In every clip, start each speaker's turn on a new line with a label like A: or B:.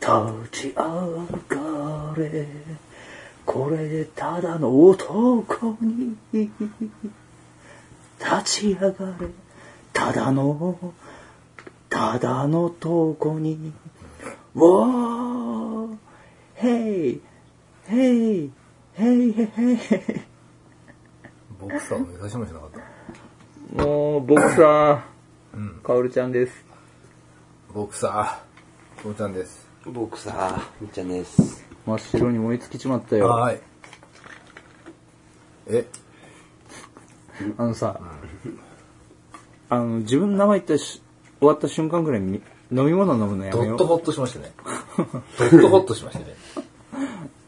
A: 立ち上がれこれでただの男に立ち上がれただのただの男におーヘイヘイヘイヘイヘイ
B: ボクサーを目指しもしなかった。
A: もうボクサ
B: うん
A: ー。かおるちゃんです
B: ボクサー、父ちゃんです。
C: 僕さ、みっちゃんです。
A: 真っ白に燃え尽きちまったよ
B: はーい。え、
A: あのさ、あの、自分の名前言ったし、終わった瞬間ぐらいに飲み物飲むのや
B: ド
A: め
B: ッ
A: よ
B: ト
A: う。
B: ホッとしましたね。ドットホッとしましたね。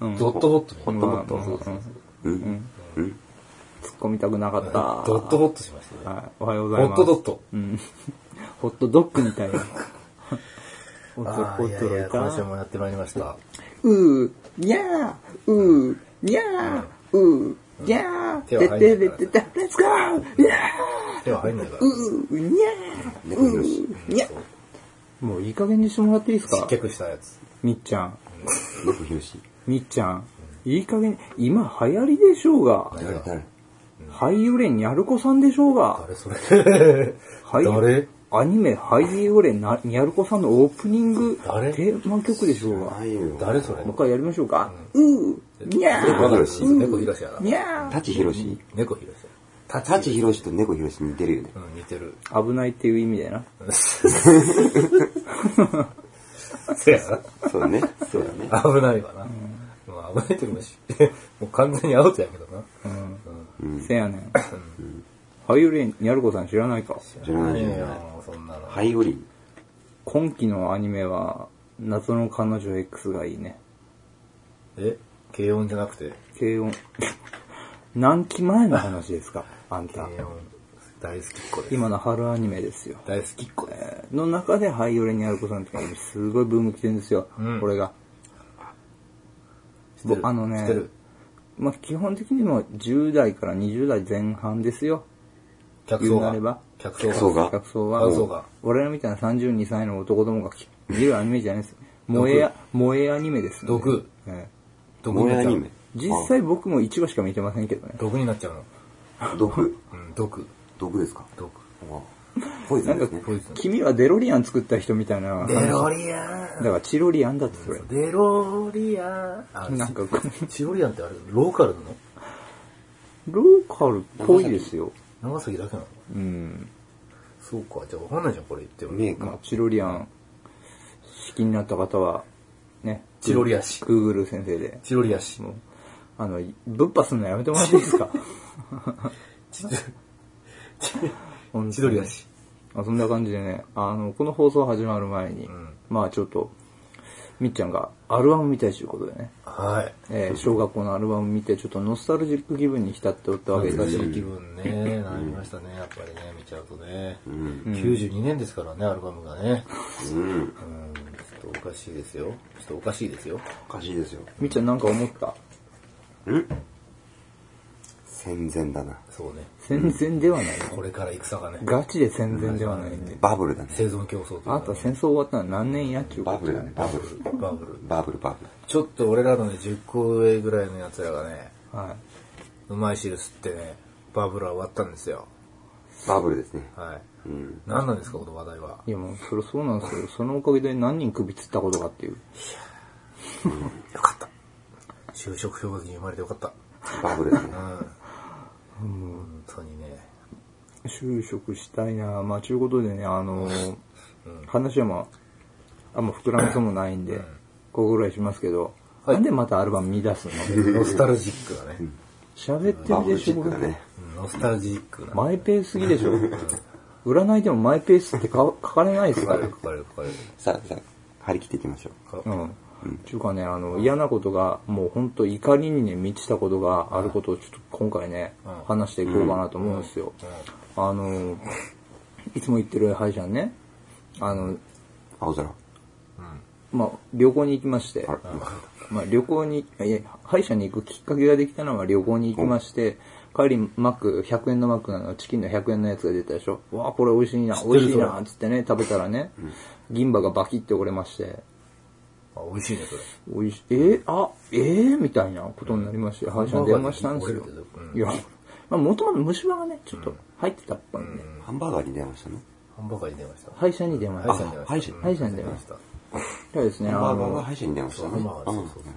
A: うん
B: ドットホッとね。
C: ほんともっと。そうそううん。うん。
A: 突っ込みたくなかった。
B: ドットホッとしましたね。
A: はい、おはようご
B: ホ
A: ざいま
B: ッ
A: す。
B: トドット。
A: うん。ホットドッグみたいな。おっと、
B: あ
A: お
B: ー
A: っ
B: いや
A: と
B: い
A: ろ
B: や
A: い
B: 今週
A: た。
B: もやってまいりました。
A: うー、にゃー、うー、にゃー、うー、にゃ
B: 手
A: ー、
B: は
A: で
B: 入んな
A: ででで
B: い
A: で、レッツゴーにゃ
B: 手は入んないから
A: ー、。うー、にゃー、
C: 猫
A: う
C: よし
A: ー、にゃもういい加減にしてもらっていいですか
B: 失脚したやつ。
A: みっちゃん。
C: 猫ひろし。
A: みっちゃん、いい加減、今流行りでしょうが、
C: 誰だ誰
A: 俳優連にゃるこさんでしょうが、
B: 誰それ
A: 俳優
B: 誰
A: アニメ俳優連なにゃるこさんのオープニングテ
B: 誰
A: ーマ曲でしょうが、も
C: ないよ。
B: 誰それ
A: う一回やりましょうか。うー、にゃ
B: 猫
A: ー、
B: ひろし。猫ひろしやな。
A: にゃー。
C: 舘ひろし。
B: 猫ひろしや。タ
C: 舘ひろしと猫ひろし似てるよね。
B: うん、似てる。
A: 危ないっていう意味だよな。
B: せやな。
C: そうだね。 そうだね。
B: 危ないわな。もう危ないというかし、 もう完全にアウトやけどな。
A: うん。せやねん。俳優連にゃるこさん知らないか。
C: 知らないよ
B: いやもうそんなの。
C: ハイオリン。
A: 今期のアニメは、謎の彼女 X がいいね。
B: え、軽音じゃなくて、
A: 軽音。 何期前の話ですかあん
B: 軽
A: た。
B: 音、大好きっ子です。
A: 今の春アニメですよ。
B: 大好きっ子です。
A: の中でハイオレにある子さんとかすごいブーム来てるんですよ、
B: うん
A: これが。
B: 知ってる
A: あのね
B: 知ってる。
A: まあ、基本的にも10代から20代前半ですよ。
B: 客
A: 言
B: 層
A: うなれば
B: が。客層が。
C: 客層があ
A: 客層は
B: あそうか、
A: 俺らみたいな32歳の男どもが見るアニメじゃないです。萌えや、萌えアニメですね。
B: 毒。
A: ええ
B: 毒に
C: 萌え
B: なっ
C: ア
B: ちゃ
C: ニ
B: う
C: メ。。
A: 実際僕も1話しか見てませんけどね。
B: 毒になっちゃうの。
C: あ。毒。
B: うん、毒。
C: 毒ですか
B: 毒。
C: あポイズ
A: な
C: ン
A: ん
C: で
A: か
C: すね。、
B: ポイズン
A: 君はデロリアン作った人みたいな話。
B: デ
A: だ
B: ロ
A: か
B: リアン。
A: らチロリアンだってそれ。
B: デロリアン。あ
A: なんか
B: チチロリアンってあれ、ローカルなの
A: ローカルっぽいですよ。
B: 長崎だけなの
A: うん。なん
B: そうか、じゃあわかんないじゃん、これ言っても。
C: メーカ
A: まあ
C: ー。
A: チロリアン、好きになった方は、ね。
B: チロリア氏。
A: グーグル先生で。
B: チロリア氏。
A: もう、あの、ぶっぱすんのやめてもらっていい ですか本当に
B: チロリア氏。
A: まあそんな感じでね、あの、この放送始まる前に、
B: ん
A: まあちょっと、みっちゃんがアルバム見たいということでね、
B: はい。
A: えー小学校のアルバム見て、ちょっとノスタルジック気分に浸っておったわけで
B: 懐
A: す
B: かし
A: よ。
B: い気分ね、なりましたね、やっぱりね、見ちゃうとね。
C: うん。
B: 92年ですからね、アルバムがね。
C: うん。
B: うん、ちょっとおかしいですよ。ちょっとおかしいですよ。
C: おかしいですよ。
A: みっちゃんなんか思った
C: うん戦前だな。
B: そうね。
A: 戦前ではない。
B: これから戦がね、
A: ガチで戦前ではないんで。
C: バブルだね。
B: 生存競争という
A: あなた戦争終わったの何年やっちゅうこ
C: バ
A: と
C: ブルだね。バブル。
B: バブル。
C: バブル、バブル。
B: ちょっと俺らのね、10個上ぐらいの奴らがね、
A: は
B: うまい汁吸ってね、バブルは終わったんですよ。
C: バブルですね。
B: はい。
C: うん。
B: 何なんですか、この話題は。
A: い。いやもう、それそうなんですよ。そのおかげで何人首つったことかっていう。
B: よかった。就職氷河期に生まれてよかった。
C: バブルだね
B: う。ん。本当にね。
A: 就職したいなまあ、ちゅうことでね、あのー話はまあ、あんま膨らみそうもないんで、ここぐらいしますけど、
B: はい
A: なんでまたアルバム見出すの
B: ノスタルジックだね。
A: 喋って
C: バ
A: る
C: ブル
A: でし
C: チ
A: ょ、
C: ッ
A: こ
C: クだ
A: れ。
C: ね。
B: うんノスタルジックな。
A: マイペースすぎでしょ。占いでもマイペースってか書かれないです
B: かか
A: か
B: る
A: ら。
B: かかるかかる。
C: さあ、さあ、張り切っていきましょう。
A: うん。ちゅうかね、あの、嫌なことが、もう本当怒りにね、満ちたことがあることをちょっと今回ね
B: うん、
A: 話していこうかなと思うんですよ。あの、いつも言ってる歯医者にね、あの、
C: 青空。
A: まあ、旅行に行きまして
C: あ、ら、よかっ
A: まあ、旅行に、いや歯医者に行くきっかけができたのは旅行に行きまして、帰りマック、100円のマックなの、チキンの100円のやつが出たでしょ。わあ、これ美味しいな、
B: って
A: 美
B: る
A: 味しい
B: そ
A: な、つってね、食べたらね、銀歯がバキって折れまして、
B: あ、美味しいね、それ。
A: おいし、えーあ、えー、みたいなことになりまして、歯医者に電話したんですよ
B: ハンバーガーで。
A: いや、まあ、もともと虫歯がね、ちょっと入ってたっぽいんで、
C: ハンバーガーに電話したの
B: ハンバーガーに出ました。
A: 歯医者に電話し
B: 歯
A: た。
B: 医者に
A: だか
B: 出ました。
C: 歯
A: 歯医
C: 医者
A: 者に出ましたらですね、あ
C: ハンバーガーが
A: の、
C: 歯医者に電話した
B: ハンバー
C: の
B: ガー
C: う
B: で
C: ん
B: すそうそう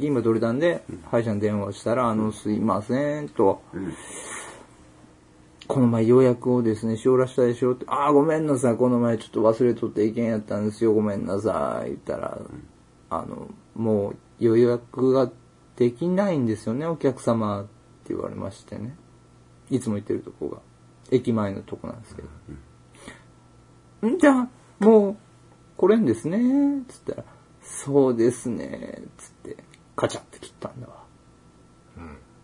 A: 銀歯取れたんで、歯医者に電話したら、あの、すいません、と、この前予約をですね、しおらしたでしょって、ああ、ごめんなさい、この前ちょっと忘れとって意見やったんですよ、ごめんなさい、言ったら、あの、もう予約ができないんですよね、お客様って言われましてね。いつも行ってるとこが。駅前のとこなんですけど。んじゃあ、もう、これんですね、つったら、そうですね、つって、カチャって切ったんだわ。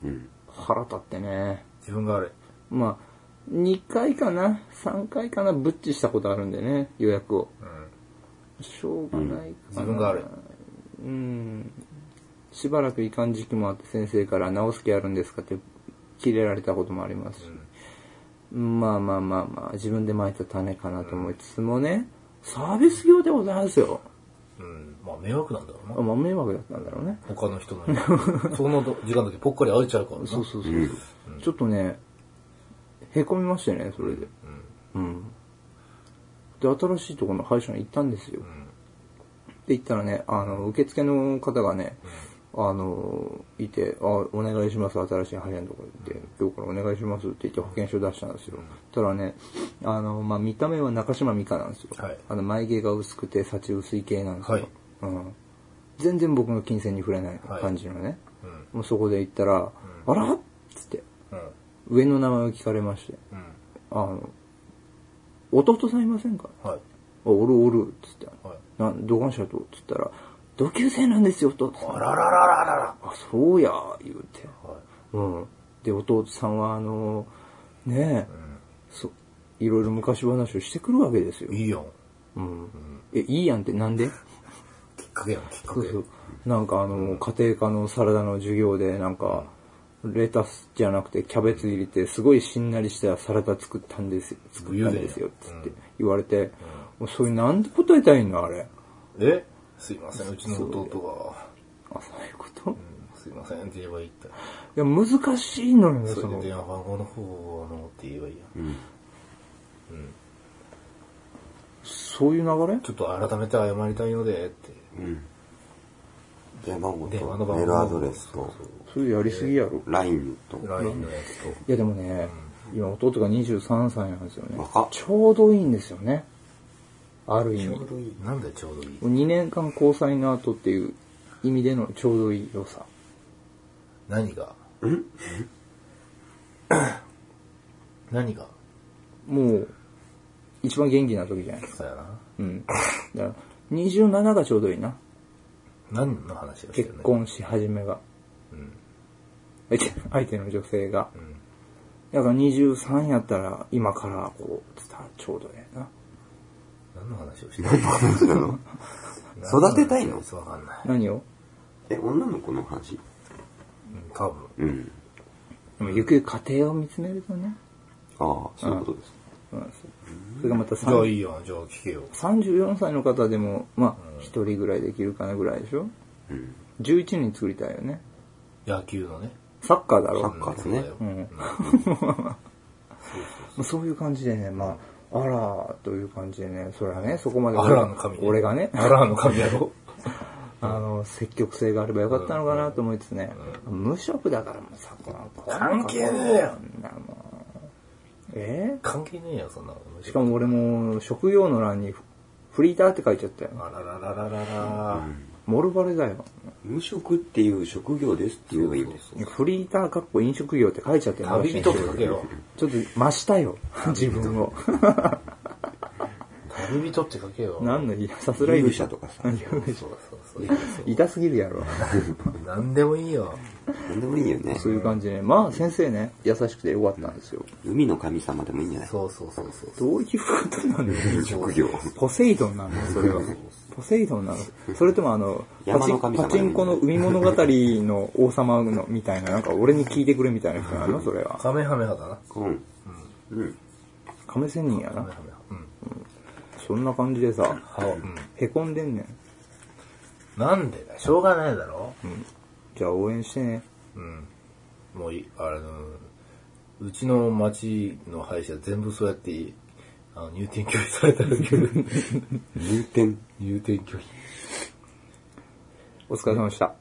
C: うん。
A: 腹立ってね。
B: 自分があれ。
A: まあ、2回かな、3回かな、ブッチしたことあるんでね、予約を。
B: うん。
A: しょうがないかな。
B: 自分がある。
A: うん。しばらくいかん時期もあって、先生から直す気あるんですかって、切れられたこともありますし。まあまあまあまあ、自分で撒いた種かなと思いつつもね、サービス業でございますよ。
B: うん。まあ、迷惑なんだろうな
A: あ。まあ迷惑だったんだろうね。
B: 他の人のに。その時間だけぽっかり空いちゃうからな。
A: そうそうそう。ちょっとね、へこみましたね、それで。うん。で、新しいところの歯医者に行ったんですよ。で、行ったらね、あの、受付の方がね、あの、いて、あ、お願いします、新しい歯医者のところ行って、今日からお願いしますって言って保険証出したんですよ。たらね、あの、まあ、見た目は中島美香なんですよ。
B: はい
A: あの、眉毛が薄くて、幸薄い系なんですよ。
B: はい
A: うん。全然僕の金銭に触れない感じのね。
B: うん。
A: もうそこで行ったら、あらっつって、
B: うん。
A: 上の名前を聞かれまして、
B: うん。
A: あの、弟さんいませんか
B: はい。
A: あおるおる、つって、
B: はい
A: な、どがんしゃと、つったら、同級生なんですよ、弟さん。
B: あらららららら。
A: あ、そうや、言うて。
B: は
A: うん。で、弟さんは、あの、ねえ
B: い。、
A: そう、いろいろ昔話をしてくるわけですよ
B: うん。。いいやん。
A: うん。え、いいやんってなんで
B: きっかけやん、きっか
A: そ
B: け。
A: うそう。なんかあの、家庭科のサラダの授業で、なんか、レタスじゃなくてキャベツ入れて、すごいしんなりしたサラダ作ったんですよ。作ったんですよ。つって言われて、もうそれなんで答えたらいいのあれ。
B: えすいません、うちの弟が。
A: あ、そういうこと
B: うんすいませんって言えばいいって。
A: いや、難しいのよ、
B: そ
A: そ
B: れ
A: の
B: で。電話番号の方を、あの、って言えばいいや。
C: うん。
A: そういう流れ
B: ちょっと改めて謝りたいので、って。
C: うん。電話番号
B: 電話の番
C: と
B: 号
C: メールアドレスと
A: それやりすぎやろ。
C: LINE と。
B: LINE のやつと。
A: いや、でもね、今弟が23歳なんですよね
C: 若っ。
A: ちょうどいいんですよね。ある意
B: ち
A: 味
B: ょう。どいい。なんだよちょうどいい。
A: 2年間交際の後っていう意味でのちょうどいい良さ。
B: 何が
C: ん
B: 何が
A: もう、一番元気な時じゃないですか。
B: そうやな。
A: うん。だから、27がちょうどいいな。
B: 何の話をしてる
A: 結
B: の。
A: 婚し始めが。
B: うん。
A: 相手相手の女性が。
B: うん。
A: だから23やったら、今からこう、つったらちょうどええな。
B: 何の話をしてるの
C: 話なの育てたいの
B: そうわかんない。
A: 何を
C: え、女の子の話
B: うん、多分。
C: うん。
A: でもゆくゆく家庭を見つめるとね。
C: ああ、そういうことです。
A: そうなんですよ。それがまた
B: じゃあ
A: 3
B: いいよ、じゃあ聞けよ。
A: 34歳の方でも、まあ、1人ぐらいできるかなぐらいでしょ
C: うん。
A: ?11 人作りたいよね。
B: 野球のね。
A: サッカーだろ
C: サッカーですね
B: うんそうだよ
A: う
B: うんん。
A: まあそういう感じでね、まあ、あらという感じでね、それはね、そこまで
B: アラーの神ね
A: 俺がね、
B: アラーの神やろ。
A: あの、積極性があればよかったのかなと思いつつね、無職だからもうさ、この
B: 関係ねえよ
A: こんなもんえ
B: 関係ねえよ、そんなの。
A: しかも俺も、職業の欄に、フリーターって書いちゃったよ。
B: あらららららら。
A: モルバレだよ。
C: 無職っていう職業ですって言えばいいんです。
A: フリーターかっこ飲食業って書いちゃってるの
B: 旅人って書けよ。
A: ちょっと増したよ、自分を。
B: 旅人って書けよ。
A: 何の、いやさすらい
C: 勇
A: で
C: 者とかさ。
B: そうそうそう。
A: 痛すぎるやろ。
B: 何でもいいよ。
C: なんでもいいよね。
A: そういう感じで、まあ先生ね、優しくてよかったんですよ。
C: 海の神様でもいいんじゃない
B: そうそうそうそう。
A: どういうことなの
C: 職業。
A: ポセイドンなのそれは。ポセイドンなのそれともあの、パ
C: 山
A: チン
C: の神様
A: パチンコの海物語の王様のみたいな、なんか俺に聞いてくれみたいな人なのそれは。
B: カメハメハだな。
C: うん。うん。
A: 亀仙人や
B: カメ
A: な。
B: ハメハ。うん。
A: そんな感じでさ、
B: はうん。
A: へこんでんねん。
B: なんでだしょうがないだろ
A: じゃあ応援してね。
B: うん。もうい、あの、うちの町の歯医者全部そうやって、あの入店拒否されたんだ けど、
C: 入店。
B: 入店拒否。
A: お疲れ様でした。